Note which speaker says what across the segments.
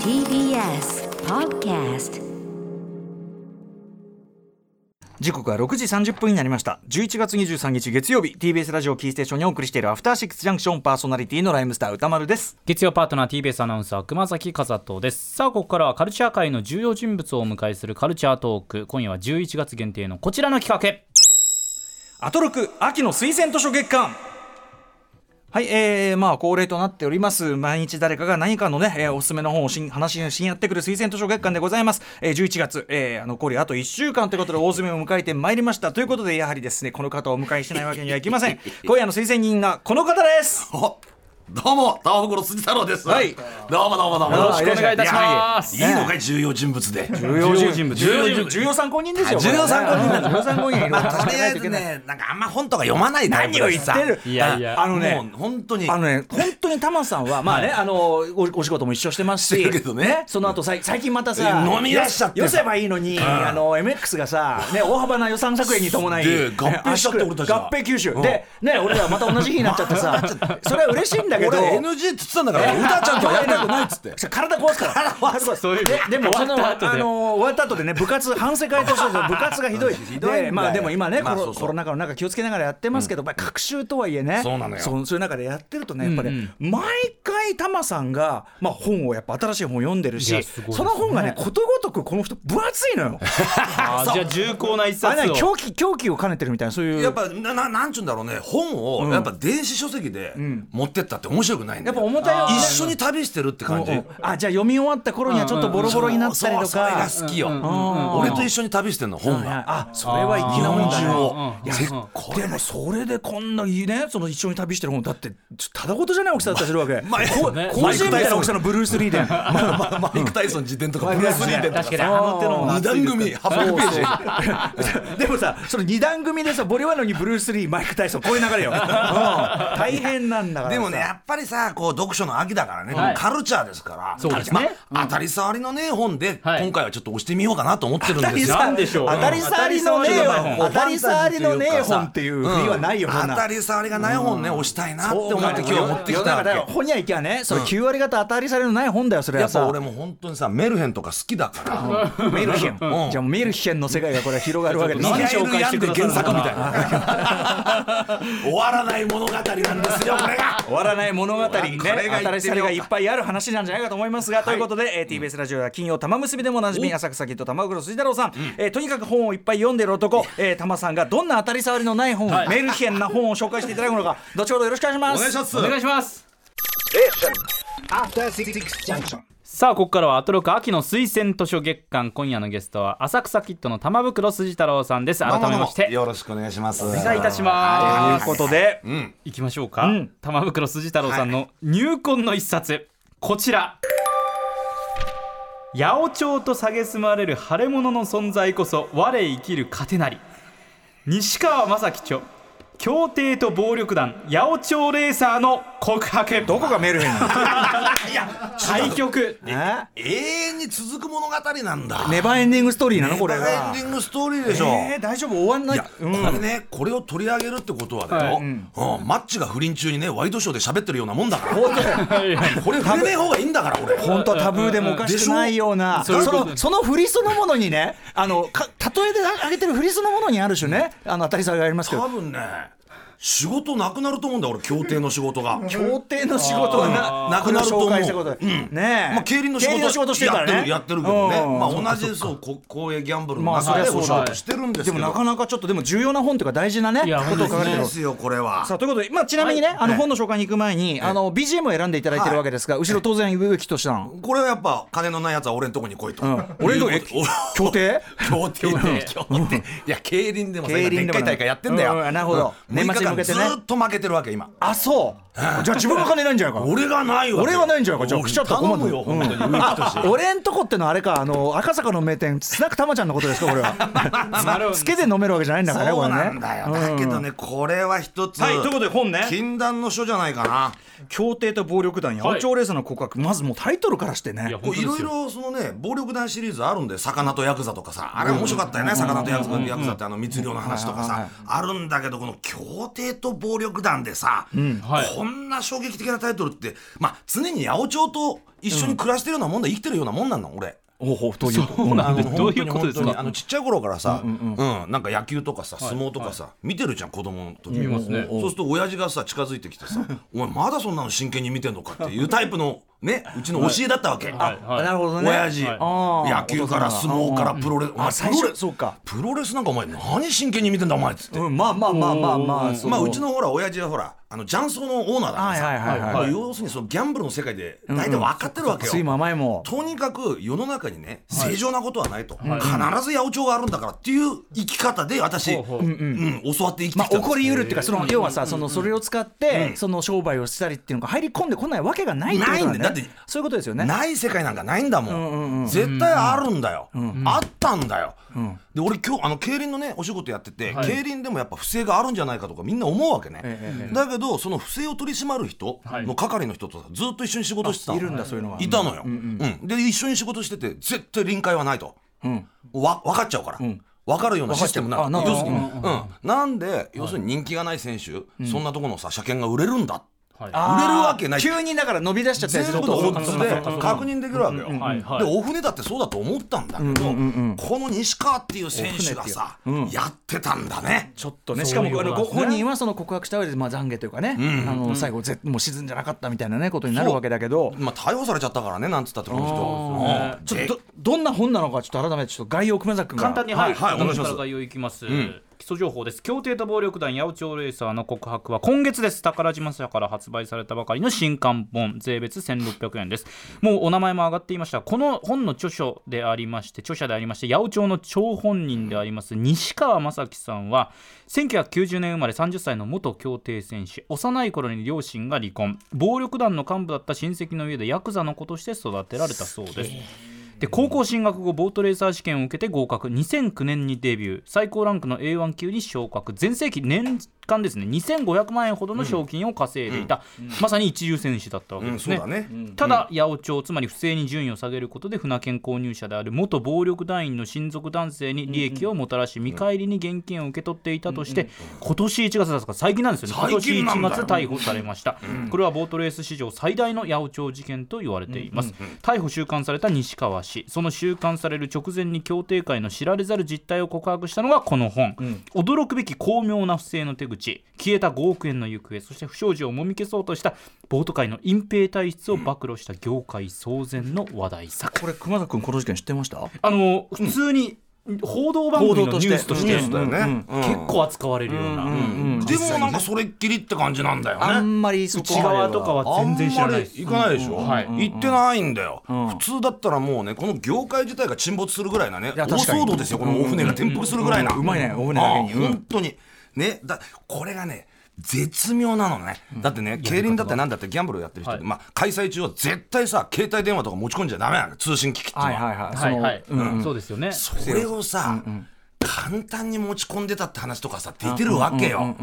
Speaker 1: TBS Podcast
Speaker 2: 時刻は6時30分になりました11月23日月曜日 TBS ラジオキーステーションにお送りしているアフターシックスジャンクションパーソナリティのライムスター歌丸です
Speaker 3: 月曜パートナー TBS アナウンサー熊崎和人ですさあここからはカルチャー界の重要人物をお迎えするカルチャートーク今夜は11月限定のこちらの企
Speaker 2: アトロク秋の推薦図書月間はい、えー、まあ恒例となっております毎日誰かが何かのね、えーおすすめの本をしん話ししにやってくる推薦図書月間でございます、えー、11月、えー、残りあと1週間ということで大詰めを迎えてまいりましたということでやはりですねこの方をお迎えしないわけにはいきませ ん今夜の推薦人がこの方です
Speaker 4: おどうも、タワフコの辻太郎です。
Speaker 2: はい
Speaker 4: どうもどうもどうも。
Speaker 2: よろしくお願いいたし
Speaker 3: ま
Speaker 4: いやいいのかい、重要人物で。
Speaker 2: 重要
Speaker 3: 人物
Speaker 2: 重要人物重要参考人ですよ
Speaker 4: 重要参考人
Speaker 2: 重要参考人いろいろ
Speaker 4: まあ、
Speaker 2: 確
Speaker 4: と
Speaker 2: かめ
Speaker 4: り
Speaker 2: ない
Speaker 4: あ
Speaker 2: と
Speaker 4: え
Speaker 2: いけ
Speaker 4: ず
Speaker 2: ない
Speaker 4: ね、なんかあんま本とか読まないタイプ
Speaker 2: 何を
Speaker 4: だ
Speaker 2: 言
Speaker 4: し
Speaker 2: って
Speaker 4: さ
Speaker 2: る
Speaker 3: いやいや
Speaker 2: あのね
Speaker 4: もう本当に。
Speaker 2: あのね、本当にタマさんは、まあね、あの、おお仕事も一緒してます
Speaker 4: して
Speaker 2: し
Speaker 4: るけどね
Speaker 2: その後さい最近またさ、
Speaker 4: 飲み出しちゃってさ
Speaker 2: よせばいいのに、あの、MX がさ、ね、大幅な予算削減に伴い、
Speaker 4: で合併しちゃって
Speaker 2: ね
Speaker 4: 俺たちが
Speaker 2: 合併吸収。で、ね、俺らまた同じ日になっちゃって さ、それは嬉しいんだけど、
Speaker 4: 俺 NG って言ってたんだから、歌ちゃんとはやりたくないっ つって。
Speaker 2: そう体壊すから体壊す
Speaker 3: そういう
Speaker 2: ででもそ
Speaker 3: 終
Speaker 2: の
Speaker 3: わった後で
Speaker 2: あの終わった後でね部活反省会と して部活がひどい
Speaker 4: どいんだよ
Speaker 2: でまあでも今ね、
Speaker 4: まあ
Speaker 2: コロ
Speaker 4: そうそう
Speaker 2: コロナ禍の中気をつけながらやってますけど、まあ隔週とはいえね
Speaker 4: そうなのよ
Speaker 2: そうそういう中でやってるとねやっぱり、毎回タマさんがまあ本をやっぱ新しい本読んでるし
Speaker 3: いやすごいです
Speaker 2: そ
Speaker 3: ね
Speaker 2: の本がねことごとくこの人分厚いのよ
Speaker 3: 画あーじゃあ重厚な一
Speaker 2: あれ
Speaker 3: 冊
Speaker 2: ね
Speaker 3: を
Speaker 2: 狂気狂気を兼ねてるみたいなそういう
Speaker 4: やっぱ、な、ななんちゅうんだろうね、本を、やっぱ電子書籍で持ってったって面白くないん
Speaker 2: や
Speaker 4: だ
Speaker 2: っ
Speaker 4: よ
Speaker 2: ぱ重たいよね
Speaker 4: 一緒に旅してるって感じ。
Speaker 2: うんうんあじゃあ読み終わった頃にはちょっとボロボロになったりと
Speaker 4: そうそれ
Speaker 2: か
Speaker 4: が好きよ。俺と一緒に旅してんの、本が。
Speaker 2: あそれは
Speaker 4: 日
Speaker 2: 粋なもん
Speaker 4: 本
Speaker 2: だ
Speaker 4: 中
Speaker 2: ね
Speaker 4: を。
Speaker 2: いや
Speaker 4: 結構。
Speaker 2: でもそれでこんないいねその一緒に旅してる本だってちょただごとじゃない大きさだったりするわけ
Speaker 4: まあ
Speaker 2: こ
Speaker 3: ね
Speaker 2: 甲子園みたいな大きさのブルース・リーデン
Speaker 4: まあマイク・タイソン自伝とかブルース・リーデンとか
Speaker 3: 確かにあの手の方が
Speaker 4: 二段組800ページ
Speaker 2: でもさその二段組でさボリワノにブルース・リーマイク・タイソンこういう 流れよ、うん大変なんだから
Speaker 4: でもね
Speaker 2: さ
Speaker 4: やっぱりさこう読書の秋だからね、
Speaker 3: はい
Speaker 4: カルチャーですから
Speaker 3: そうですね
Speaker 4: まあ当たり障りのねえ本で、
Speaker 3: はい
Speaker 4: 今回はちょっと押してみようかなと思ってるん
Speaker 2: 当た
Speaker 4: で
Speaker 2: り
Speaker 4: すよ。
Speaker 2: 障
Speaker 3: なんでしょう
Speaker 2: 当たり障りのねえ本当たり障りのねえ本っていう振りはないよ、そん
Speaker 4: 当
Speaker 2: な
Speaker 4: たり障りがない本ね、押したいなって思って今日持ってき
Speaker 2: 世の
Speaker 4: た
Speaker 2: 中
Speaker 4: わ
Speaker 2: だよ
Speaker 4: け。
Speaker 2: 本屋行きゃねその9割方当たり障りのない本だよそれ
Speaker 4: や
Speaker 2: は
Speaker 4: っ
Speaker 2: さ
Speaker 4: ぱ俺も本当にさメルヘンとか好きだから
Speaker 2: メルヘン、
Speaker 4: ん
Speaker 2: じゃあもうメルヘンの世界がこれ広がるわけです
Speaker 4: ミ
Speaker 2: よ
Speaker 4: ハ
Speaker 3: 何紹
Speaker 4: イル・
Speaker 3: 介
Speaker 4: ヤ
Speaker 3: し
Speaker 4: ン
Speaker 3: て
Speaker 4: デ
Speaker 3: くださ
Speaker 4: 原
Speaker 3: るのかな
Speaker 4: 作みたいな終わらない物語なんですよこれが
Speaker 2: 終わらない物語ね、
Speaker 4: これが言ってみよ
Speaker 2: 新しさ
Speaker 4: うか
Speaker 2: がいっぱいある話なんじゃないかと思いますが、ということで、えー TBS ラジオや金曜玉結びでもおなじみ浅草キッド玉袋筋太郎さん、えーとにかく本をいっぱい読んでる男、えー玉さんがどんな当たり障りのない本、メルヘンな本を紹介していただくのか、後ほどよろしくお願いします。
Speaker 4: ます
Speaker 3: お願いしますさあここからはアトロク秋の推薦図書月間今夜のゲストは浅草キッドの玉袋筋太郎さんです改めまして
Speaker 4: よろしくお願いしますお
Speaker 3: お願いいたしま
Speaker 2: と
Speaker 3: す
Speaker 2: いうことで、
Speaker 3: いきましょうか、
Speaker 2: うん
Speaker 3: 玉袋筋太郎さんの入魂の一冊、こちら八百長と蔑まれる腫れ物の存在こそ我生きる糧なり西川正樹著協定と暴力団八百長レーサーの告白
Speaker 2: どこがメルヘンなの
Speaker 3: 対局
Speaker 2: ね
Speaker 4: 永遠に続く物語なんだ
Speaker 2: ネバーエンディングストーリーなのこれ
Speaker 4: ネバーエ
Speaker 2: が
Speaker 4: ンデ。ィングストーリーでしょ、
Speaker 2: えー、大丈夫終わんないい
Speaker 4: や、
Speaker 2: うん
Speaker 4: これねこれを取り上げるってことはだよ、
Speaker 3: はい
Speaker 4: うんマッチが不倫中にねワイドショーで喋ってるようなもん だから
Speaker 2: 本当だよ
Speaker 4: これ触れねえ方がいいんだから俺
Speaker 2: 本当はタブーでもおかしくないような、
Speaker 3: でしょ
Speaker 2: そ
Speaker 3: そういうこと
Speaker 2: のその振りそのものにね、 あのか例えで挙げてる振りそのものにある種ね、あの当たり障りがありますけ
Speaker 4: 多
Speaker 2: ど、
Speaker 4: 分ね仕事なくなると思うんだ俺協定の仕事が
Speaker 2: 協定の仕事がな
Speaker 4: なくなると思う
Speaker 2: これを紹介したことで、ねえ、
Speaker 4: まあ、競輪の仕事
Speaker 2: 競してるからね
Speaker 4: やってるやってるけどね、
Speaker 2: うん
Speaker 4: まあ、同じそうこ公営ギャンブルの
Speaker 2: まあそり
Speaker 4: 中
Speaker 2: ゃ
Speaker 4: で
Speaker 2: そう
Speaker 4: お仕
Speaker 2: だ
Speaker 4: 事してるんです
Speaker 2: で
Speaker 4: け
Speaker 2: も
Speaker 4: ど、
Speaker 2: なかなかちょっとでも重要な本というか大事なね
Speaker 3: いや
Speaker 2: ことを書かれて
Speaker 4: で
Speaker 2: る。
Speaker 4: すよこれは
Speaker 2: さあということで、まあ、ちなみにね、あの本の紹介に行く前に、あの BGM を選んでいただいてるわけですが、後ろ当然植木としたの、
Speaker 4: これはやっぱ金のないやつは俺んとこに来いと、
Speaker 2: 俺のとこ
Speaker 4: いうこと
Speaker 2: 協定
Speaker 4: 協定協定いや競輪でもさ
Speaker 2: 競輪でも
Speaker 4: 今でっかい大会やってんだよ、
Speaker 2: うんうんなるほど
Speaker 4: 年
Speaker 2: 年末に向
Speaker 4: 末に向
Speaker 2: け
Speaker 4: け
Speaker 2: て
Speaker 4: て
Speaker 2: ね
Speaker 4: ねずーっと負けてるわけ今
Speaker 2: あそう、じゃあ自分が金ないんじゃないか
Speaker 4: 俺がないわ
Speaker 2: 俺はないんじゃないかじゃあ
Speaker 4: お
Speaker 2: 来ちゃったら困る
Speaker 4: 頼むよ本当に
Speaker 2: あ俺んとこってのはあれかあの赤坂の名店スナックたまちゃんのことですかこれ
Speaker 3: なるほ
Speaker 2: は
Speaker 3: ど
Speaker 2: つけで飲めるわけじゃないんだからねこ
Speaker 4: そう
Speaker 2: れね
Speaker 4: なんだよだけどねこれは一つ
Speaker 2: はいということで本ね
Speaker 4: 禁断の書じゃないかな
Speaker 2: 協定と暴力団八百長レーサーの告白、まずもうタイトルからしてね
Speaker 3: いや
Speaker 4: こういろいろそのね暴力団シリーズあるんで魚とヤクザとかさあれ面白かったよね魚とヤクザヤクザってあの密漁の話とかさあるんだけどこの協定と暴力団でさ
Speaker 3: はい
Speaker 4: こんな衝撃的なタイトルってまあ常に八百長と一緒に暮らしてるようなもんだ生きてるようなもんなんの俺。
Speaker 2: ほうほうという
Speaker 3: そう
Speaker 4: あ
Speaker 3: なんで
Speaker 4: の本
Speaker 3: す。
Speaker 4: 当
Speaker 3: どう
Speaker 4: に
Speaker 3: いうことです
Speaker 4: 本当にあ
Speaker 3: か
Speaker 4: の。ちっちゃい頃からさ、うん、なんか野球とかさ、相撲とかさ、見てるじゃん、子供の時。
Speaker 3: 見ますね
Speaker 4: そうすると親父がさ近づいてきてさ「お前まだそんなの真剣に見てんのか」っていうタイプの ねうちの教えだったわけ、
Speaker 3: はい
Speaker 4: あ
Speaker 3: はい
Speaker 2: なるほどね
Speaker 4: 親父、
Speaker 2: あー
Speaker 4: 野球から
Speaker 2: お父
Speaker 4: 相
Speaker 2: 様が
Speaker 4: 撲から
Speaker 2: うん
Speaker 4: プロレス、お前
Speaker 2: あ最
Speaker 4: プロ
Speaker 2: 初
Speaker 4: レス
Speaker 2: そうか
Speaker 4: プロレスなんかお前何真剣に見てんだお前っつって、
Speaker 2: うんまあまあまあまあまあそ
Speaker 4: まあうちのほら親父はほらあの雀荘のオーナーだから
Speaker 2: はい
Speaker 4: さ、
Speaker 2: はいはい
Speaker 4: ま
Speaker 2: は
Speaker 4: あ
Speaker 2: い
Speaker 4: 要するにそのギャンブルの世界で大体分かってるわけよ、
Speaker 2: 酸いも甘いも
Speaker 4: とにかく世の中にね正常なことはないと、
Speaker 3: い
Speaker 4: 必ず八百長があるんだからっていう生き方で私、
Speaker 3: ほうほう
Speaker 4: うんうん教わって生きて
Speaker 2: ま
Speaker 4: き
Speaker 2: あ、
Speaker 4: たんです
Speaker 2: 起こりうるっていうかその要はさそのそれを使ってその商売をしたりっていうのが入り込んでこないわけがないってことなんだよね
Speaker 4: ないんだよだって
Speaker 2: そういうことですよね
Speaker 4: ない世界なんかないんだもん,、
Speaker 2: うんうんうん
Speaker 4: 絶対あるんだよ、あったんだよ、で俺今日あの競輪のねお仕事やってて、
Speaker 3: はい
Speaker 4: 競輪でもやっぱ不正があるんじゃないかとかみんな思うわけね、
Speaker 2: ええええ
Speaker 4: だけどその不正を取り締まる人の係の人とずっと一緒に仕事してたの
Speaker 2: あいるんだそういうのが
Speaker 4: いたのよ、うんで一緒に仕事してて絶対臨界はないと、わ分かっちゃうから、分かるようなシステムな
Speaker 2: 分か
Speaker 4: の
Speaker 2: っちゃう
Speaker 4: 要するに、
Speaker 2: あ
Speaker 4: うんなんで要するに人気がない選手、そんなとこのさ車検が売れるんだ
Speaker 3: はい
Speaker 2: あー
Speaker 4: 売れるわけない
Speaker 2: 急にだから伸び出しちゃった
Speaker 4: 全
Speaker 2: やつ
Speaker 4: 部のオッ
Speaker 3: そ
Speaker 4: ズで
Speaker 3: うそうそう
Speaker 4: 確認できるわけよ、
Speaker 3: はいはい
Speaker 4: でお船だってそうだと思ったんだけど、この西川っていう選手がさ、やってたんだね
Speaker 2: ちょっとね、
Speaker 3: そう
Speaker 2: しかも
Speaker 3: いうこ
Speaker 2: あ
Speaker 3: と
Speaker 2: の
Speaker 3: なんで
Speaker 2: ご
Speaker 3: すね
Speaker 2: 本人はその告白した上で、まあ、懺悔というかね、あの最後ぜ、もう沈んじゃなかったみたいな、ね、ことになるわけだけど、
Speaker 4: まあ逮捕されちゃったからねなんつったってこの
Speaker 3: あ
Speaker 4: 人
Speaker 2: ちょっ
Speaker 4: うん
Speaker 2: とどどんな本なのか、ちょっと改めてちょっと概要を久米崎君から
Speaker 3: 簡単に
Speaker 4: は
Speaker 3: はいい、
Speaker 4: はいお願いします
Speaker 3: から概要いきます、基礎情報です協定と暴力団八百長レーサーの告白は今月です宝島社から発売されたばかりの新刊本税別1600円ですもうお名前も挙がっていましたこの本の著書でありまして著者でありまして八百長の張本人であります西川正樹さんは1990年生まれ30歳の元協定選手幼い頃に両親が離婚暴力団の幹部だった親戚の家でヤクザの子として育てられたそうですで高校進学後ボートレーサー試験を受けて合格2009年にデビュー最高ランクの A1 級に昇格全盛期年間ですね2500万円ほどの賞金を稼いでいた、まさに一流選手だったわけ
Speaker 4: う
Speaker 3: で
Speaker 4: ん
Speaker 3: す
Speaker 4: そ
Speaker 3: ね,、
Speaker 4: うだね、
Speaker 3: ただ八百長つまり不正に順位を下げることで船券購入者である元暴力団員の親族男性に利益をもたらし見返りに現金を受け取っていたとして今年1月ですから最近なんですよね今
Speaker 4: 最
Speaker 3: 年
Speaker 4: 近なんだ
Speaker 3: 1
Speaker 4: よ
Speaker 3: 月逮捕されましたこれはボートレース史上最大の八百長事件と言われています逮捕収監された西川氏その収監される直前に協定会の知られざる実態を告白したのがこの本驚くべき巧妙な不正の手口消えた5億円の行方そして不祥事をもみ消そうとしたボート界の隠蔽体質を暴露した業界騒然の話題作
Speaker 2: これ、熊崎君、この事件知ってました
Speaker 3: あの普通に報道番組のニュースとして
Speaker 4: ニュースだよね、うん
Speaker 3: 結構扱われるような
Speaker 4: うんでもなんかそれっきりって感じなんだよね
Speaker 2: あんまりそこ
Speaker 3: 内側とかは
Speaker 4: あん
Speaker 3: 全
Speaker 4: まり
Speaker 3: 然知らないです
Speaker 4: 行かないでしょ、
Speaker 3: はい
Speaker 4: 行ってないんだよ、普通だったらもうねこの業界自体が沈没するぐらいなね
Speaker 2: や
Speaker 4: 大
Speaker 2: 確かに
Speaker 4: 騒動ですよこのお船が転覆するぐらいな、
Speaker 2: うんうんうんうまいねお船だけに
Speaker 4: ああ
Speaker 2: うん
Speaker 4: 本当にねだこれがね絶妙なのね、だってね競輪だってなんだってギャンブルをやってる人って、
Speaker 3: はい
Speaker 4: まあ、開催中は絶対さ携帯電話とか持ち込んじゃダメなの通信機器っていうのは、
Speaker 2: はいはいはい、
Speaker 3: はいはい
Speaker 2: そのうん
Speaker 3: そうですよね
Speaker 4: それをさ、簡単に持ち込んでたって話とかさ出てるわけよ、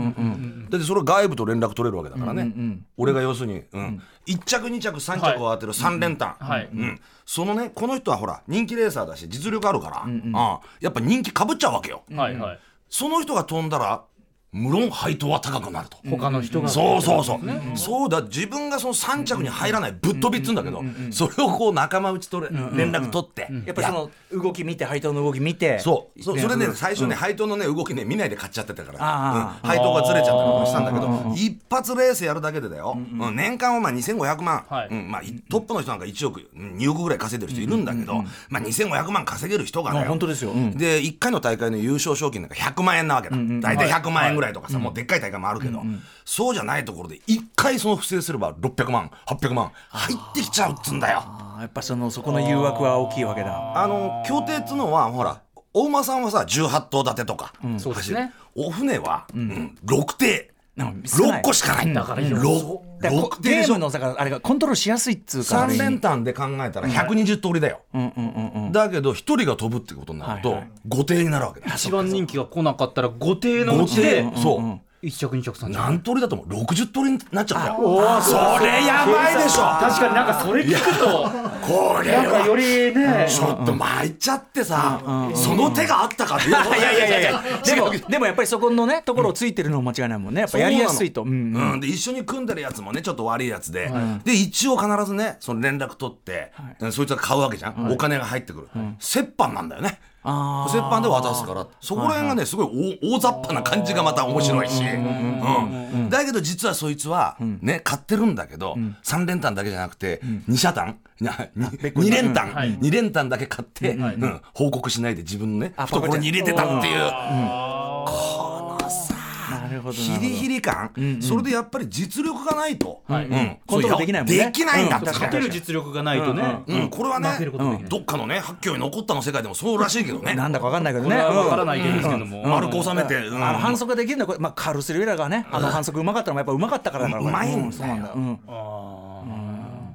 Speaker 4: だってそれは外部と連絡取れるわけだからね、俺が要するに、うん1着2着3着を当てる3連単、
Speaker 3: はい
Speaker 4: うんそのねこの人はほら人気レーサーだし実力あるから、ああやっぱ人気かぶっちゃうわけよ、
Speaker 3: はいはい
Speaker 4: その人が飛んだら無論配当は高くなると。
Speaker 3: 他の人が
Speaker 4: そうそうそう、そうだ自分がその3着に入らないぶっ飛びっつうんだけど、それをこう仲間内とれ連絡取って、
Speaker 2: やっぱりその動き見て、配当の動き見て、
Speaker 4: そうそ
Speaker 2: ね
Speaker 4: それね
Speaker 2: うん
Speaker 4: 最初ね配当のね動きね見ないで買っちゃってたから、
Speaker 2: あ
Speaker 4: うん配当がずれちゃったりとかしたんだけど一発レースやるだけでだよ、うん年間はまあ2500万、
Speaker 3: はい
Speaker 4: うんまあ、トップの人なんか1億2億ぐらい稼いでる人いるんだけど、まあ、2500万稼げる人が
Speaker 2: あ
Speaker 4: ね
Speaker 2: 本当ですよ、うん
Speaker 4: で1回の大会の優勝賞金なんか100万円なわけだ、大体100万円ぐらいとかさ、もうでっかい大会もあるけど、そうじゃないところで1回その不正すれば600万800万入ってきちゃうっつうんだよ。
Speaker 2: あーやっぱそのそこの誘惑は大きいわけだ。
Speaker 4: あの協定っつうのはほらお馬さんはさ18頭立てとか、
Speaker 3: そうですね
Speaker 4: お船は、うん、6艇
Speaker 2: なんか少ない
Speaker 4: 6個しかないんだから
Speaker 3: うん
Speaker 2: だからこ
Speaker 4: 6, 艇
Speaker 2: ゲ
Speaker 4: でし
Speaker 2: ーム
Speaker 4: ょ
Speaker 2: のだからあれがコントロールしやすいっつうか、ある
Speaker 4: 3
Speaker 2: 意味
Speaker 4: 連単で考えたら120通りだよ、だけど1人が飛ぶってことになると、
Speaker 2: はいはい
Speaker 4: 5艇になるわけだ
Speaker 3: 一番人気が来なかったら後手のう
Speaker 4: 5
Speaker 3: ちで
Speaker 4: 艇そう
Speaker 3: 一着二着三着
Speaker 4: 何通りだと思う60通りになっちゃったよ
Speaker 3: おそ
Speaker 4: それやばいでしょ
Speaker 3: 確かになんかそれ聞くと
Speaker 4: これ
Speaker 3: なんかよ
Speaker 4: は
Speaker 3: りね
Speaker 4: ちょっと巻いちゃってさその手があったかっていや
Speaker 2: いやいやいやいやでもでもやっぱりそこのねところをついてるのも間違いないもんねやっぱやりやすいと
Speaker 4: そううなの
Speaker 2: ん
Speaker 4: うんで一緒に組んでるやつもねちょっと悪いやつで、で一応必ずねその連絡取って、そいつが買うわけじゃん、お金が入ってくる、折半なんだよね
Speaker 2: あ
Speaker 4: 折半で渡すからそこら辺がねすごい大大雑把な感じがまた面白いし、うんだけど実はそいつはね買ってるんだけど、3連単だけじゃなくて2車単2連単、
Speaker 3: はい
Speaker 4: 2連単だけ買って、うん報告しないで自分のね
Speaker 2: あポケット
Speaker 4: 懐に入れてたっていう。
Speaker 2: なるほどな
Speaker 4: ヒ
Speaker 2: るほ
Speaker 4: リ
Speaker 2: ど
Speaker 4: ヒリ感、それでやっぱり実力がないと、
Speaker 3: はい
Speaker 4: うん
Speaker 2: コントロールできないもんね
Speaker 4: できないんだって、
Speaker 2: うん
Speaker 3: 勝てる実力がないとね
Speaker 4: うんこれはね
Speaker 3: 負けることできない
Speaker 4: どっかのね発狂に残ったの世界でもそうらしいけどね
Speaker 2: なんだかわかんないけど
Speaker 3: こ
Speaker 2: ね
Speaker 3: れは
Speaker 2: うん
Speaker 3: わからないですけども
Speaker 4: 丸く収めて、うん
Speaker 2: あの反則ができるのはこれまあカルス・レラがねあの反則うまかったのもやっぱうまかったからだから
Speaker 4: ううまいんだよ
Speaker 2: うそうなんだうん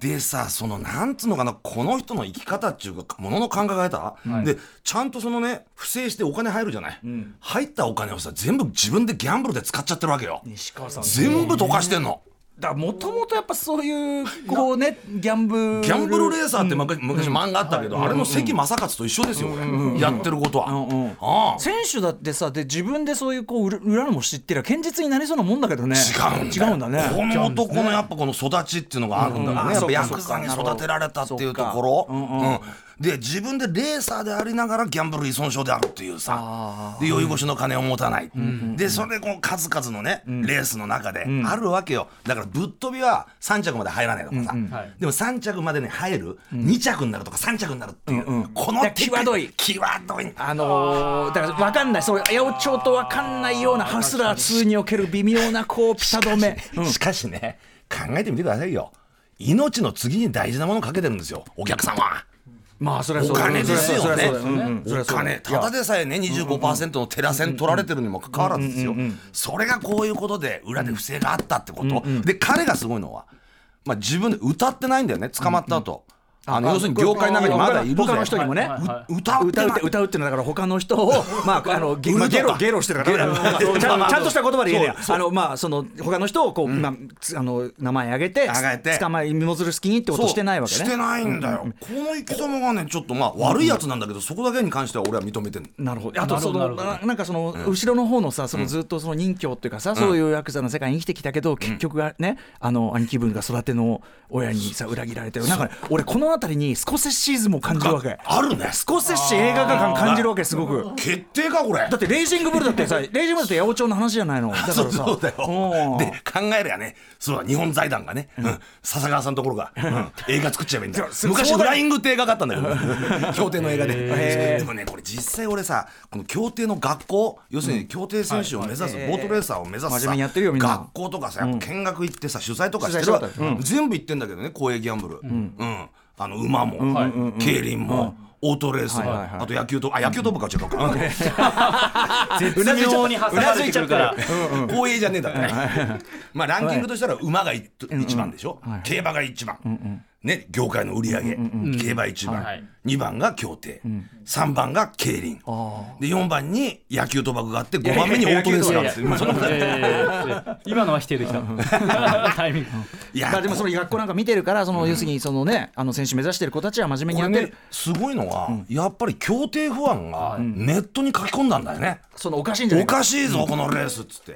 Speaker 4: でさそのなんつうのかなこの人の生き方っていうかものの考え方、でちゃんとそのね不正してお金入るじゃない、入ったお金をさ全部自分でギャンブルで使っちゃってるわけよ
Speaker 2: 西川さん
Speaker 4: 全部溶かしてんの、
Speaker 2: だもともとやっぱそういうこうねギャンブル
Speaker 4: ギャンブルレーサーって昔,、昔漫画あったけど、あれの関正勝と一緒ですよ、俺やってることは、
Speaker 2: うんうん
Speaker 4: ああ
Speaker 2: 選手だってさで自分でそういうこう裏裏も知ってりゃ堅実になりそうなもんだけどね
Speaker 4: 違うんだよ
Speaker 2: 違うんだね
Speaker 4: この男のやっぱこの育ちっていうのがあるんだよね、
Speaker 2: うん
Speaker 4: やっぱ
Speaker 2: あ
Speaker 4: ヤ
Speaker 2: そっか
Speaker 4: クザに
Speaker 2: そっか
Speaker 4: 育てられたっていうところ
Speaker 2: そっか
Speaker 4: うんで自分でレーサーでありながらギャンブル依存症であるっていうさで酔い越しの金を持たない、でそれでこう数々のね、レースの中であるわけよだからぶっ飛びは3着まで入らないとかさ、
Speaker 3: はい
Speaker 4: でも3着までに入る2着になるとか3着になるっていう、このテ
Speaker 2: だ
Speaker 4: ク
Speaker 2: から際どい
Speaker 4: 際どい
Speaker 2: あのー、だから分かんないそれ八百長と分かんないようなハスラー2における微妙な こうピタ止めうん
Speaker 4: しかしね、考えてみてくださいよ。命の次に大事なものをかけてるんですよ、お客さんは。
Speaker 2: まあそれは
Speaker 4: お
Speaker 2: そうだ
Speaker 4: 金ですよ
Speaker 2: それ
Speaker 4: ね
Speaker 2: はそうだうんうん。それ
Speaker 4: お
Speaker 2: はそうだ
Speaker 4: 金、ただでさえね、25%のテラセン取られてるにもかかわらずですよ。それがこういうことで、裏で不正があったってこと。で、彼がすごいのは、まあ自分で歌ってないんだよね、捕まった後。あの、要するに業界の中にまだいるぜ
Speaker 2: 他の人にもね、
Speaker 3: はいはいう
Speaker 4: 歌って
Speaker 2: 歌う
Speaker 4: な
Speaker 2: って
Speaker 4: い。
Speaker 2: 歌うってのはだから他の人 をまああのゲ,、まあ、ゲロゲロしてるからダメだ
Speaker 4: ゲ ロ
Speaker 2: ちゃんちゃんとした言葉で言えね
Speaker 4: そ
Speaker 2: やあのまあその他の人をこう、まあつあの名前挙げて
Speaker 4: 挙げて
Speaker 2: 捕まえ芋づる式にってことしてないわけ
Speaker 4: そうして
Speaker 2: ね。
Speaker 4: ないんだよ。この生き様がね、ちょっとまあ悪いやつなんだけど、そこだけに関しては俺は認めてる。
Speaker 2: なるほどあとそ
Speaker 3: な
Speaker 2: の
Speaker 3: るほどなる
Speaker 2: ななんかその後ろの方のさそのずっとその任侠っていうかさ、そういうヤクザの世界に生きてきたけど、結局はねあの兄貴分が育ての親にさ裏切られてるなんかね俺この辺りにスコセッシーズも感じるわけ
Speaker 4: あるね。
Speaker 2: スコセッシー映画化感感じるわけすごく。
Speaker 4: 決定かこれ
Speaker 2: だってレイジングブルだってさ、レイジングブルって八百長の話じゃないの。だからさ、
Speaker 4: そうそうだよ
Speaker 2: うん
Speaker 4: で考えりゃねそうだ日本財団がね、うん笹川さんのところが、 うん映画作っちゃえばいいんだよ
Speaker 2: そう
Speaker 4: 昔
Speaker 2: そう
Speaker 4: フ
Speaker 2: だよ
Speaker 4: ライングって映画があったんだけ ど協定の映画ででもねこれ実際俺さこの協定の学校要するに協定選手を目指す、ボートレーサーを目指すさ
Speaker 2: 真面目にやってるよみんな
Speaker 4: 学校とかさやっぱ見学行ってさ取材とかしてる
Speaker 2: 取
Speaker 4: わ
Speaker 2: 材してたよう
Speaker 4: 全部行ってんだけどね公営ギャンブル、うんあの馬も、競輪も、オートレースも、
Speaker 2: はいはいはい
Speaker 4: あと野球とあ野球と部か違うか、
Speaker 3: 絶妙に挟まれてくるから
Speaker 4: 光栄じゃねえだろ、ね、まあランキングとしたら馬が一一番でしょ、競馬が一番、ね、業界の売り上げ、競馬一番、
Speaker 3: はい
Speaker 4: 二番が競艇、三番が競輪で四番に野球賭博があって五番目にオートレースがあるっていうまあそんなことない
Speaker 3: 今のは否定できたタイミング
Speaker 4: い
Speaker 2: だ
Speaker 4: や
Speaker 2: からでもその学校なんか見てるから、その要するにそのね、あの選手目指してる子たちは真面目に
Speaker 4: こ
Speaker 2: や
Speaker 4: れ
Speaker 2: って
Speaker 4: ね
Speaker 2: る。
Speaker 4: すごいのは、やっぱり協定不安がネットに書き込んだんだよね、
Speaker 2: そのおかしいんじゃな
Speaker 4: お
Speaker 2: いか。
Speaker 4: かしいぞ、このレースっつって、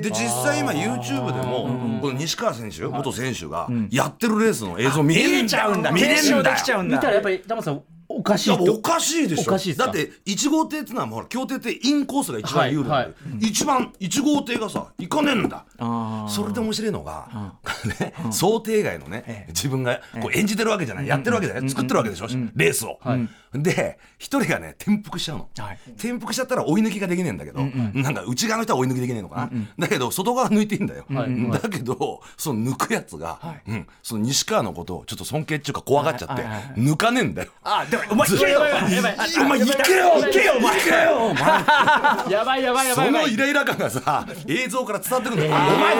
Speaker 4: で実際今 YouTube でもこの西川選手元選手がやってるレースの映像見えんだよ見れ
Speaker 2: 検
Speaker 4: る
Speaker 2: 証
Speaker 4: んだ
Speaker 2: で
Speaker 4: よ
Speaker 2: きちゃうん
Speaker 3: 見
Speaker 2: だ
Speaker 3: た。らやっぱりダマさんおかし
Speaker 4: いや
Speaker 3: いと
Speaker 4: おかしいでし
Speaker 3: お
Speaker 4: ょ
Speaker 3: かしいっすか
Speaker 4: だって1号艇ってのはもうほら競艇ってインコースが一番有利なんだよ
Speaker 3: は
Speaker 4: 一番1号艇がさ行かねえんだ
Speaker 2: あ
Speaker 4: それで面白いのが、 ね想定外のね自分がこう演じてるわけじゃない、やってるわけじゃない、作ってるわけでしょ、レースを、で一人がね転覆しちゃうの、
Speaker 2: はい
Speaker 4: 転覆しちゃったら追い抜きができねえんだけど、なんか内側の人は追い抜きできねえのかな、だけど外側抜いていいんだよ、
Speaker 3: はい
Speaker 4: うんだけどその抜くやつが、うん、その西川のことをちょっと尊敬っていうか怖がっちゃって、抜かねえんだよ
Speaker 2: あ、でもお前行けよ。
Speaker 3: やばい
Speaker 4: お前行けよ行けよお前行けよお前
Speaker 3: やばいやばいやばい
Speaker 4: そ
Speaker 3: やば
Speaker 4: の
Speaker 3: い
Speaker 4: イライラ感 がさ映像から伝わってくるんだよ、
Speaker 3: ー
Speaker 4: お前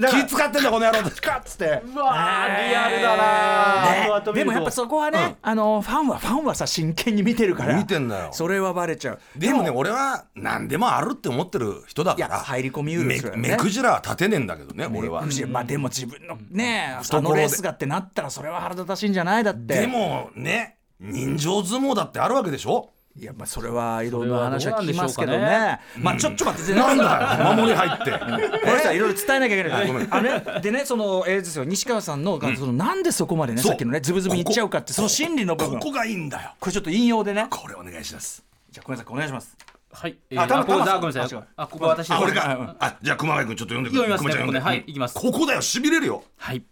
Speaker 4: 何気使ってんだこの野郎
Speaker 2: かっつって。
Speaker 3: うわーリアルだなー
Speaker 2: ね
Speaker 3: 後々見ると
Speaker 2: でもやっぱそこはね、あのファンはファンはさ信真剣に見てるから
Speaker 4: 見てんのよ
Speaker 2: それはバレちゃう
Speaker 4: でもね俺は何でもあるって思ってる人だか
Speaker 2: いや
Speaker 4: ら
Speaker 2: 入り込みうる
Speaker 4: め
Speaker 2: それはね
Speaker 4: 目くじらは立てねえんだけどね俺は
Speaker 2: うんまあでも自分のねあ
Speaker 4: 懐で
Speaker 2: のレースがってなったらそれは腹立たしいんじゃないだって
Speaker 4: でもね人情相撲だってあるわけでしょ
Speaker 2: いやまあそれはいろんな
Speaker 3: それは
Speaker 2: 話は聞きますけどね
Speaker 3: どうなん
Speaker 2: まあちょちょっと待って全然
Speaker 4: なんだよ守り入って
Speaker 2: これさいろいろ伝えなきゃいけない
Speaker 4: ごめん
Speaker 2: あれでねそのえーですよ西川さんのそのなんでそこまでね
Speaker 4: そう
Speaker 2: さっきのねズブズブいっちゃうかってその心理の部分
Speaker 4: ここ
Speaker 2: こ
Speaker 4: がいいんだよ
Speaker 2: れちょっと引用でね
Speaker 4: これお願いします
Speaker 2: じゃあごめんなさいお願いします
Speaker 3: はい。え
Speaker 2: あ
Speaker 3: ー
Speaker 2: たま
Speaker 3: あここ
Speaker 2: たま
Speaker 3: あごめんな
Speaker 2: あ
Speaker 3: さ
Speaker 2: 違。
Speaker 3: いうあ、ここ私です。
Speaker 4: あ俺
Speaker 2: う
Speaker 4: か
Speaker 2: ん
Speaker 4: あじゃあ熊谷君ちょっと読んでく
Speaker 3: 読み
Speaker 4: れ
Speaker 3: ますね
Speaker 4: 熊ちゃん読んで
Speaker 3: ここねはいいきます
Speaker 4: ここだよしびれるよ
Speaker 3: はい。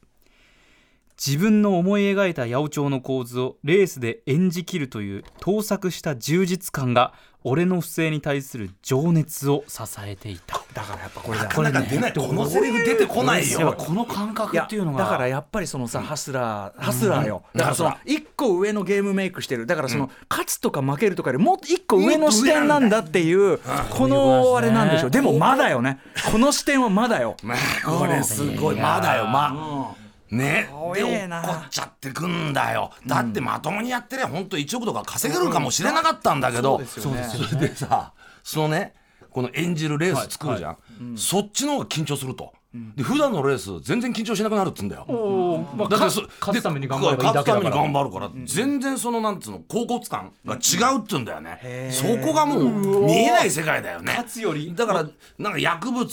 Speaker 3: 自分の思い描いた八百長の構図をレースで演じきるという盗作した充実感が俺の不正に対する情熱を支えていた
Speaker 2: だからやっぱこれだよ
Speaker 4: これが出ないこのセリフ出てこない
Speaker 3: やっ
Speaker 4: よ
Speaker 3: ぱこの感覚
Speaker 2: いや
Speaker 3: っていうのが
Speaker 2: だからやっぱりそのさ、ハスラーハスラーよ、だからその一個上のゲームメイクしてるだからその、勝つとか負けるとかよりもっと一個上の視点なんだっていうこのあれなんでしょうでもまだよねこの視点はまだよ
Speaker 4: まあこれすごいまだよまあね
Speaker 2: 怖
Speaker 4: で
Speaker 2: え
Speaker 4: 怒
Speaker 2: な
Speaker 4: っちゃってくんだよだってまともにやってりゃ本当1億とか稼げるかもしれなかったんだけど、
Speaker 2: そうです
Speaker 4: それでさそのねこの演じるレース作るじゃん、そっちの方が緊張すると、で普段のレース全然緊張しなくなるっつうんだよ、
Speaker 3: まあ
Speaker 4: だって
Speaker 3: 勝
Speaker 4: そ
Speaker 3: 勝つために頑張ればいい
Speaker 4: 勝
Speaker 3: だ
Speaker 4: つ
Speaker 3: け
Speaker 4: た
Speaker 3: だ
Speaker 4: め
Speaker 3: か
Speaker 4: に頑
Speaker 3: ら
Speaker 4: 張るから、全然そのなんつうの高骨感が違うって言うんだよね、そこがもう見えない世界だよね
Speaker 3: 勝つより
Speaker 4: だからなんか薬物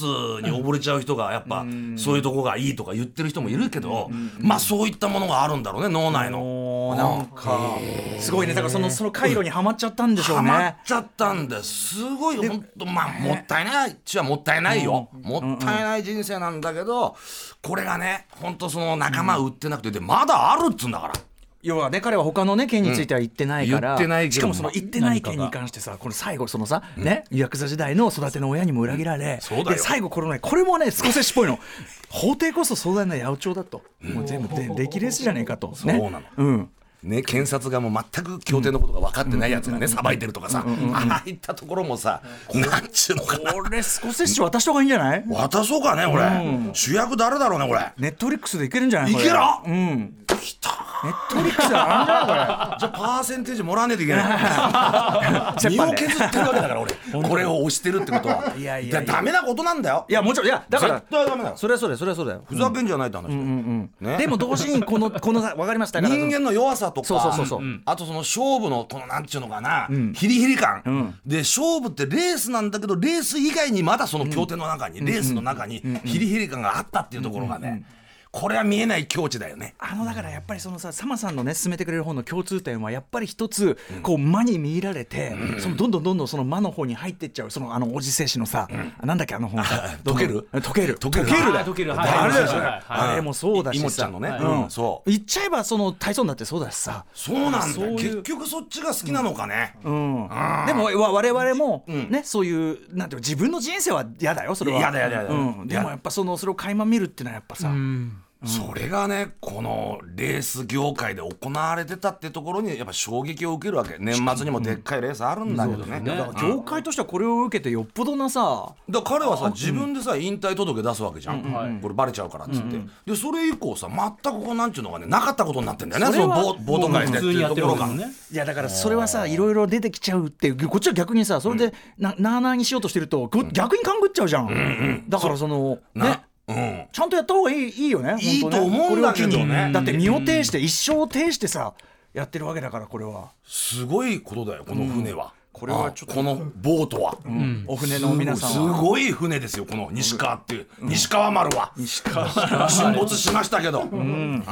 Speaker 4: に溺れちゃう人がやっぱ、そういうとこがいいとか言ってる人もいるけど、まあそういったものがあるんだろうね脳内の。なんか
Speaker 2: すごいねだからそのその回路にはまっちゃったんでしょう
Speaker 4: ハマっ
Speaker 2: ね
Speaker 4: ちゃったんですすごい本当まあもったいないっちはもったいないよ、もったいない人生なんだけどこれがね本当その仲間売ってなくてでまだあるっつうんだから。
Speaker 2: 要はね彼は他のね件については言ってないから、
Speaker 4: うん言ってないけど
Speaker 2: しかもその言ってない件に関してさこの最後そのさ、ねヤクザ時代の育ての親にも裏切られ、
Speaker 4: そうだよ
Speaker 2: で最後このねこれもねスコセッシュっぽいの法廷こそ壮大な八百長だと、もう全部でできレースじゃねえかと、ね、
Speaker 4: そうなの
Speaker 2: うん
Speaker 4: ね、検察がもう全く協定のことが分かってないやつがね、さばいてるとかさ、ああいったところもさ、なんちゅうのかな、
Speaker 2: これスコセッシュ渡した方がいいんじゃない
Speaker 4: 渡そうかね、これ、主役誰だろうね、これ、
Speaker 2: ネットフリックスでいけるんじゃない
Speaker 4: い
Speaker 2: こ
Speaker 4: けろ、
Speaker 2: れうん
Speaker 4: きた、
Speaker 2: ネットフリックスだなんじゃないこれ
Speaker 4: じゃあ、パーセンテージもらわねえといけ ない、
Speaker 2: 折
Speaker 4: 身
Speaker 2: 半
Speaker 4: を
Speaker 2: ね
Speaker 4: 削ってるわけだから、俺、これを押してるってことは、
Speaker 2: いやいやいや
Speaker 4: だめなことなんだよ、
Speaker 2: いやもちろんいやだから
Speaker 4: 絶対ダメだよ
Speaker 2: それはそうだよそれはそうだよ
Speaker 4: ふざけんじゃないって話だよ、ね
Speaker 2: でも同時にこのこのさわかりましただから
Speaker 4: 人間の弱さとか
Speaker 2: そうそうそうそう
Speaker 4: あとその勝負のこのなんていうのかな、ヒリヒリ感、で勝負ってレースなんだけどレース以外にまだその競艇の中に、レースの中にヒリヒリ感があったっていうところがね、これは見えない境地だよね。
Speaker 2: あのだからやっぱりそのさサマさんのね進めてくれる方の共通点はやっぱり一つこう間に見入られて、そのどんどんどんどんその間の方に入ってっちゃうそのあのおじ精子のさ、なんだっけあの本
Speaker 4: 溶ける
Speaker 2: 溶ける
Speaker 4: 溶ける
Speaker 2: だ
Speaker 3: あー溶けるはい
Speaker 2: あれだよ
Speaker 3: はいはい
Speaker 2: あれもそうだし
Speaker 4: い
Speaker 2: さ
Speaker 4: もっちゃんのね、
Speaker 3: はい
Speaker 4: うん、そう
Speaker 2: 言っちゃえばその体操になってそうだしさ、
Speaker 4: そうなんだ
Speaker 3: そうい
Speaker 4: よ
Speaker 3: う
Speaker 4: 結局そっちが好きなのかね、
Speaker 2: うん、でもわ我々もね、そういうなんていうの自分の人生は嫌だよそれは
Speaker 4: 嫌だ嫌だ嫌だ
Speaker 2: うん、でもやっぱそのそれを垣間見るっていうのはやっぱさ、
Speaker 4: それがねこのレース業界で行われてたってところにやっぱ衝撃を受けるわけ年末にもでっかいレースあるんだけどね,、
Speaker 3: ね
Speaker 4: だから
Speaker 2: 業界としてはこれを受けてよっぽどなさ
Speaker 4: だから彼はさ自分でさ引退届出すわけじゃん、これバレちゃうからっつって、でそれ以降さ全くこうなんちゅうのがねなかったことになってんだよね
Speaker 2: そ
Speaker 4: そ
Speaker 2: れ
Speaker 4: の
Speaker 2: は
Speaker 4: ボボート会
Speaker 3: 普
Speaker 4: でって
Speaker 3: 通に
Speaker 4: い
Speaker 3: や
Speaker 4: う
Speaker 3: っ
Speaker 4: と
Speaker 3: て
Speaker 4: こ
Speaker 3: るわ
Speaker 4: ろ
Speaker 3: けで
Speaker 4: が
Speaker 3: す。ね。
Speaker 2: いやだからそれはさいろいろ出てきちゃうっていうこっちは逆にさそれでななあなあにしようとしてるとこ逆に勘ぐっちゃうじゃん、だからそのね
Speaker 4: なうん、
Speaker 2: ちゃんとやった方がいいいいよね
Speaker 4: いい
Speaker 2: 本当ね
Speaker 4: と思うんだけどね
Speaker 2: これを機にだって身を挺して一生を挺してさやってるわけだからこれは
Speaker 4: すごいことだよこの船は、
Speaker 2: これはちょっと
Speaker 4: あこのボートは、
Speaker 2: お船の皆さ
Speaker 4: す
Speaker 2: んは
Speaker 4: ごい船ですよこの西川っていう、西川丸は沈没しましたけど、うん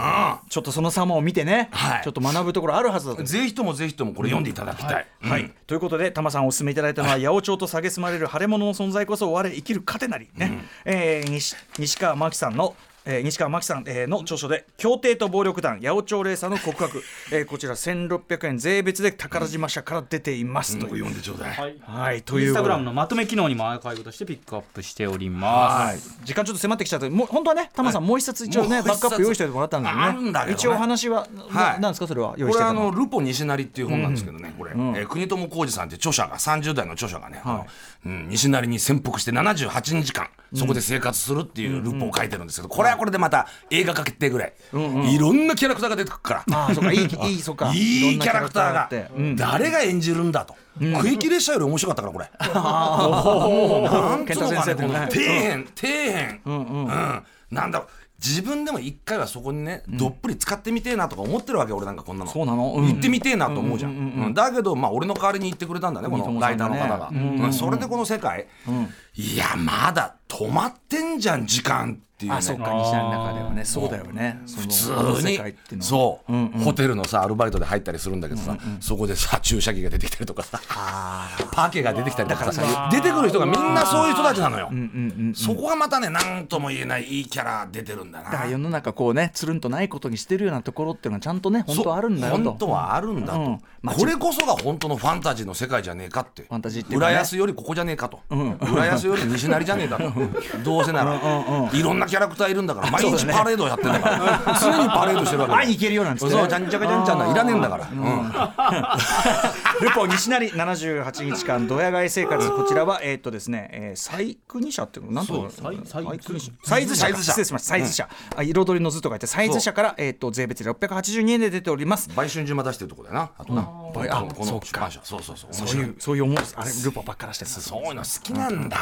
Speaker 2: ちょっとその様を見てね、
Speaker 4: はい
Speaker 2: ちょっと学ぶところあるはずだと
Speaker 4: ぜひともぜひともこれ読んでいただきたい、
Speaker 2: はい、ということでタマさんお勧めいただいたのは八百長と蔑まれる腫れ物の存在こそ我生きる糧なり、ねえー西西川真紀さんのえー西川真紀さんえーの著書で「競艇と暴力団八百長レーサーの告白」えーこちら1600円税別で宝島社から出ていますと
Speaker 4: こ
Speaker 2: い
Speaker 4: れ
Speaker 2: う。
Speaker 4: 読んでちょうだい、
Speaker 3: はい。
Speaker 2: はい、と
Speaker 3: イ
Speaker 2: いう
Speaker 3: ンス
Speaker 2: こと
Speaker 3: タグ
Speaker 2: で
Speaker 3: ラムのまとめ機能にもアーカイブとしてピックアップしております。
Speaker 2: 時間ちょっと迫ってきちゃったもう本当はねタマさんもう一冊一応
Speaker 4: もう
Speaker 2: ね
Speaker 4: 一冊
Speaker 2: バックアップ用意しておいてもらったんですよね
Speaker 4: あるんだけどね
Speaker 2: 一応お話は、
Speaker 4: はい
Speaker 2: ななんですかそれは用意し
Speaker 4: こ
Speaker 2: て
Speaker 4: れ
Speaker 2: た
Speaker 4: あ
Speaker 2: のは
Speaker 4: の「ルポ西成」っていう本なんですけどね、これ、えー国友浩二さんっていう著者が30代の著者がね、あのうん、西成に潜伏して78日間そこで生活するっていうルポを書いてるんですけどこれはこれでまた映画化決定ぐらい、いろんなキャラクターが出てくるから
Speaker 2: ああそっかいいいいそっか
Speaker 4: いいキャラクター
Speaker 2: あっ
Speaker 4: が
Speaker 2: て
Speaker 4: 誰が演じるんだと、食い切れしたより面白かったから これなんつう
Speaker 2: 健太
Speaker 4: の
Speaker 2: 先
Speaker 4: か
Speaker 2: 生
Speaker 4: ね
Speaker 2: と
Speaker 4: こ
Speaker 2: ね
Speaker 4: の底辺底辺うんなんだろう自分でも一回はそこにねどっぷり使ってみてえなとか思ってるわけ俺なんかこんなの
Speaker 2: そうなのうん
Speaker 4: 行ってみてえなと思うじゃんうんだけどまあ俺の代わりに行ってくれたんだねこ
Speaker 2: 友さん
Speaker 4: の
Speaker 2: が
Speaker 4: ライターの方が
Speaker 2: ね
Speaker 4: うんそれでこの世界いやまだ止まってんじゃん時間っていうね
Speaker 2: あそっか西成の中ではねそうだよね普
Speaker 4: 普通にそう、ホテルのさアルバイトで入ったりするんだけどさ、そこでさ注射器が出てきたりとかさパケが出てきたりとかさ出てくる人がみんなそういう人たちなのよ、そこがまたね何とも言えないいいキャラ出てるんだな
Speaker 2: だから世の中こうねつるんとないことにしてるようなところっていうのはちゃんとね本当はあるんだよと
Speaker 4: そう本当はあるんだと、
Speaker 2: うんまあ
Speaker 4: これこそが本当のファンタジーの世界じゃねえかって
Speaker 2: ァンタジーっていうか
Speaker 4: 浦
Speaker 2: ね
Speaker 4: 安よりここじゃねえかと、浦安より西成じゃねえかとどうせならいろんなキャラクターいるんだから毎
Speaker 2: そうだ
Speaker 4: 日
Speaker 2: ね
Speaker 4: パレードやってんだから常にパレードしてるわけだ
Speaker 2: 会いに行けるよなんつってね
Speaker 4: そうじゃんじゃかじゃんじゃんないらねえんだから、うん
Speaker 2: ルポ西成78日間ドヤ街生 活こちらはえーっとですね、えー、細工二社っていうのなんと
Speaker 3: そう細細工二社
Speaker 2: サイズ社か
Speaker 4: サイズ社
Speaker 2: 失礼しましたサイズ社、あ彩りの図と書いてサイズ社からえーっと税別682円で出ております
Speaker 4: 売春順番出してるとこだよなあとな、こ
Speaker 2: あ
Speaker 4: のこ
Speaker 2: そう
Speaker 4: の
Speaker 2: か
Speaker 4: 出版社そうそうそう面
Speaker 2: そう
Speaker 4: 白い
Speaker 2: いうそういう思いあれルポばっからしてる
Speaker 4: そういうの好きなんだ、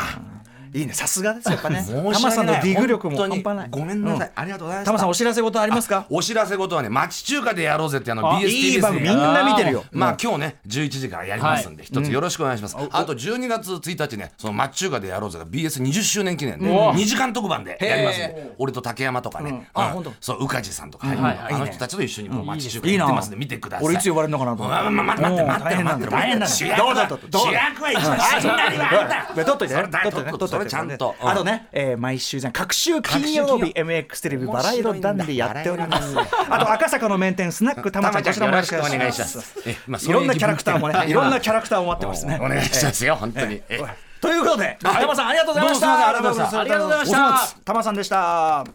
Speaker 2: いいねさすがですやっぱね
Speaker 4: 申し訳ない
Speaker 2: タマさんのディグ力も
Speaker 4: 本当
Speaker 2: 半端
Speaker 4: に
Speaker 2: ない
Speaker 4: ごめんなさい、
Speaker 2: う
Speaker 4: ありがとうございました
Speaker 2: タマさんお知らせ事ありますか
Speaker 4: お知らせ事はね町中華でやろうぜってあの
Speaker 3: あ
Speaker 4: BSTBS で
Speaker 2: いい番組みんな見てるよ
Speaker 4: まあ今日ね11時からやりますんで一つよろしくお願いします、あと12月1日ねその「マッチ中華でやろうぜ」が BS20 周年記念で2時間特番でやりますんで俺と竹山とかね、うん
Speaker 2: あほんと
Speaker 4: そう宇梶さんとか、
Speaker 3: はいはい
Speaker 4: あの人たちと一緒にもう町中華
Speaker 2: いい
Speaker 4: や
Speaker 2: な
Speaker 4: ってますんで見てください
Speaker 2: 俺いつ呼ばれるのかなと思って
Speaker 4: まあまあまあ待って
Speaker 2: うん
Speaker 4: 待って
Speaker 2: 大変な
Speaker 4: 待
Speaker 2: んだ
Speaker 4: って
Speaker 2: よ大変なんだよ
Speaker 4: 主役
Speaker 2: どうだ
Speaker 4: は
Speaker 2: と
Speaker 4: 主役は一番主役はあんた
Speaker 2: これ撮っといてね
Speaker 4: それ
Speaker 2: 撮っといてね
Speaker 4: 撮
Speaker 2: 撮
Speaker 4: っ
Speaker 2: っと
Speaker 4: といて
Speaker 2: いて
Speaker 4: それちゃんと
Speaker 2: あとね、えー毎週じゃん各週金曜日 MX テレビバラ色ダンディやっておりますあと赤坂の名店スナックたまちゃんこちらもよろしくお願いします
Speaker 4: えまあ
Speaker 2: いろんなキャラクターも
Speaker 4: そう
Speaker 2: ね
Speaker 4: う
Speaker 2: いろんなキャラクターを待ってます
Speaker 4: お
Speaker 2: ね
Speaker 4: 願いしますよ本当に、え
Speaker 2: ということで玉さんありがとうございまし
Speaker 4: どうもすいません
Speaker 2: た
Speaker 4: ありがとうございました
Speaker 2: ありがとうございました玉さんでした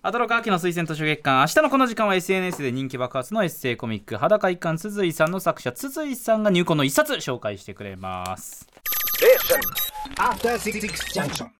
Speaker 3: アトロク秋の推薦図書月間明日のこの時間は SNS で人気爆発のエッセイコミック「裸一貫鈴井さん」の作者鈴井さんが入魂の一冊紹介してくれます
Speaker 1: After Six Junction.